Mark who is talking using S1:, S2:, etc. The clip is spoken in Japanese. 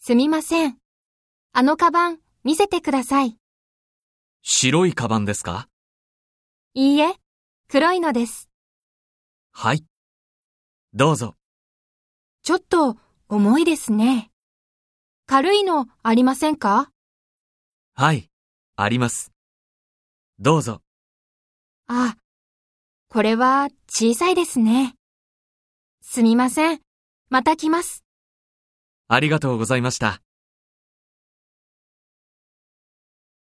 S1: すみません。あのカバン、見せてください。
S2: 白いカバンですか
S1: いいえ、黒いのです。
S2: はい。どうぞ。
S1: ちょっと、重いですね。軽いの、ありませんか
S2: はい。あります。どうぞ。
S1: あ、これは、小さいですね。すみません。また来ます。
S2: ありがとうございました。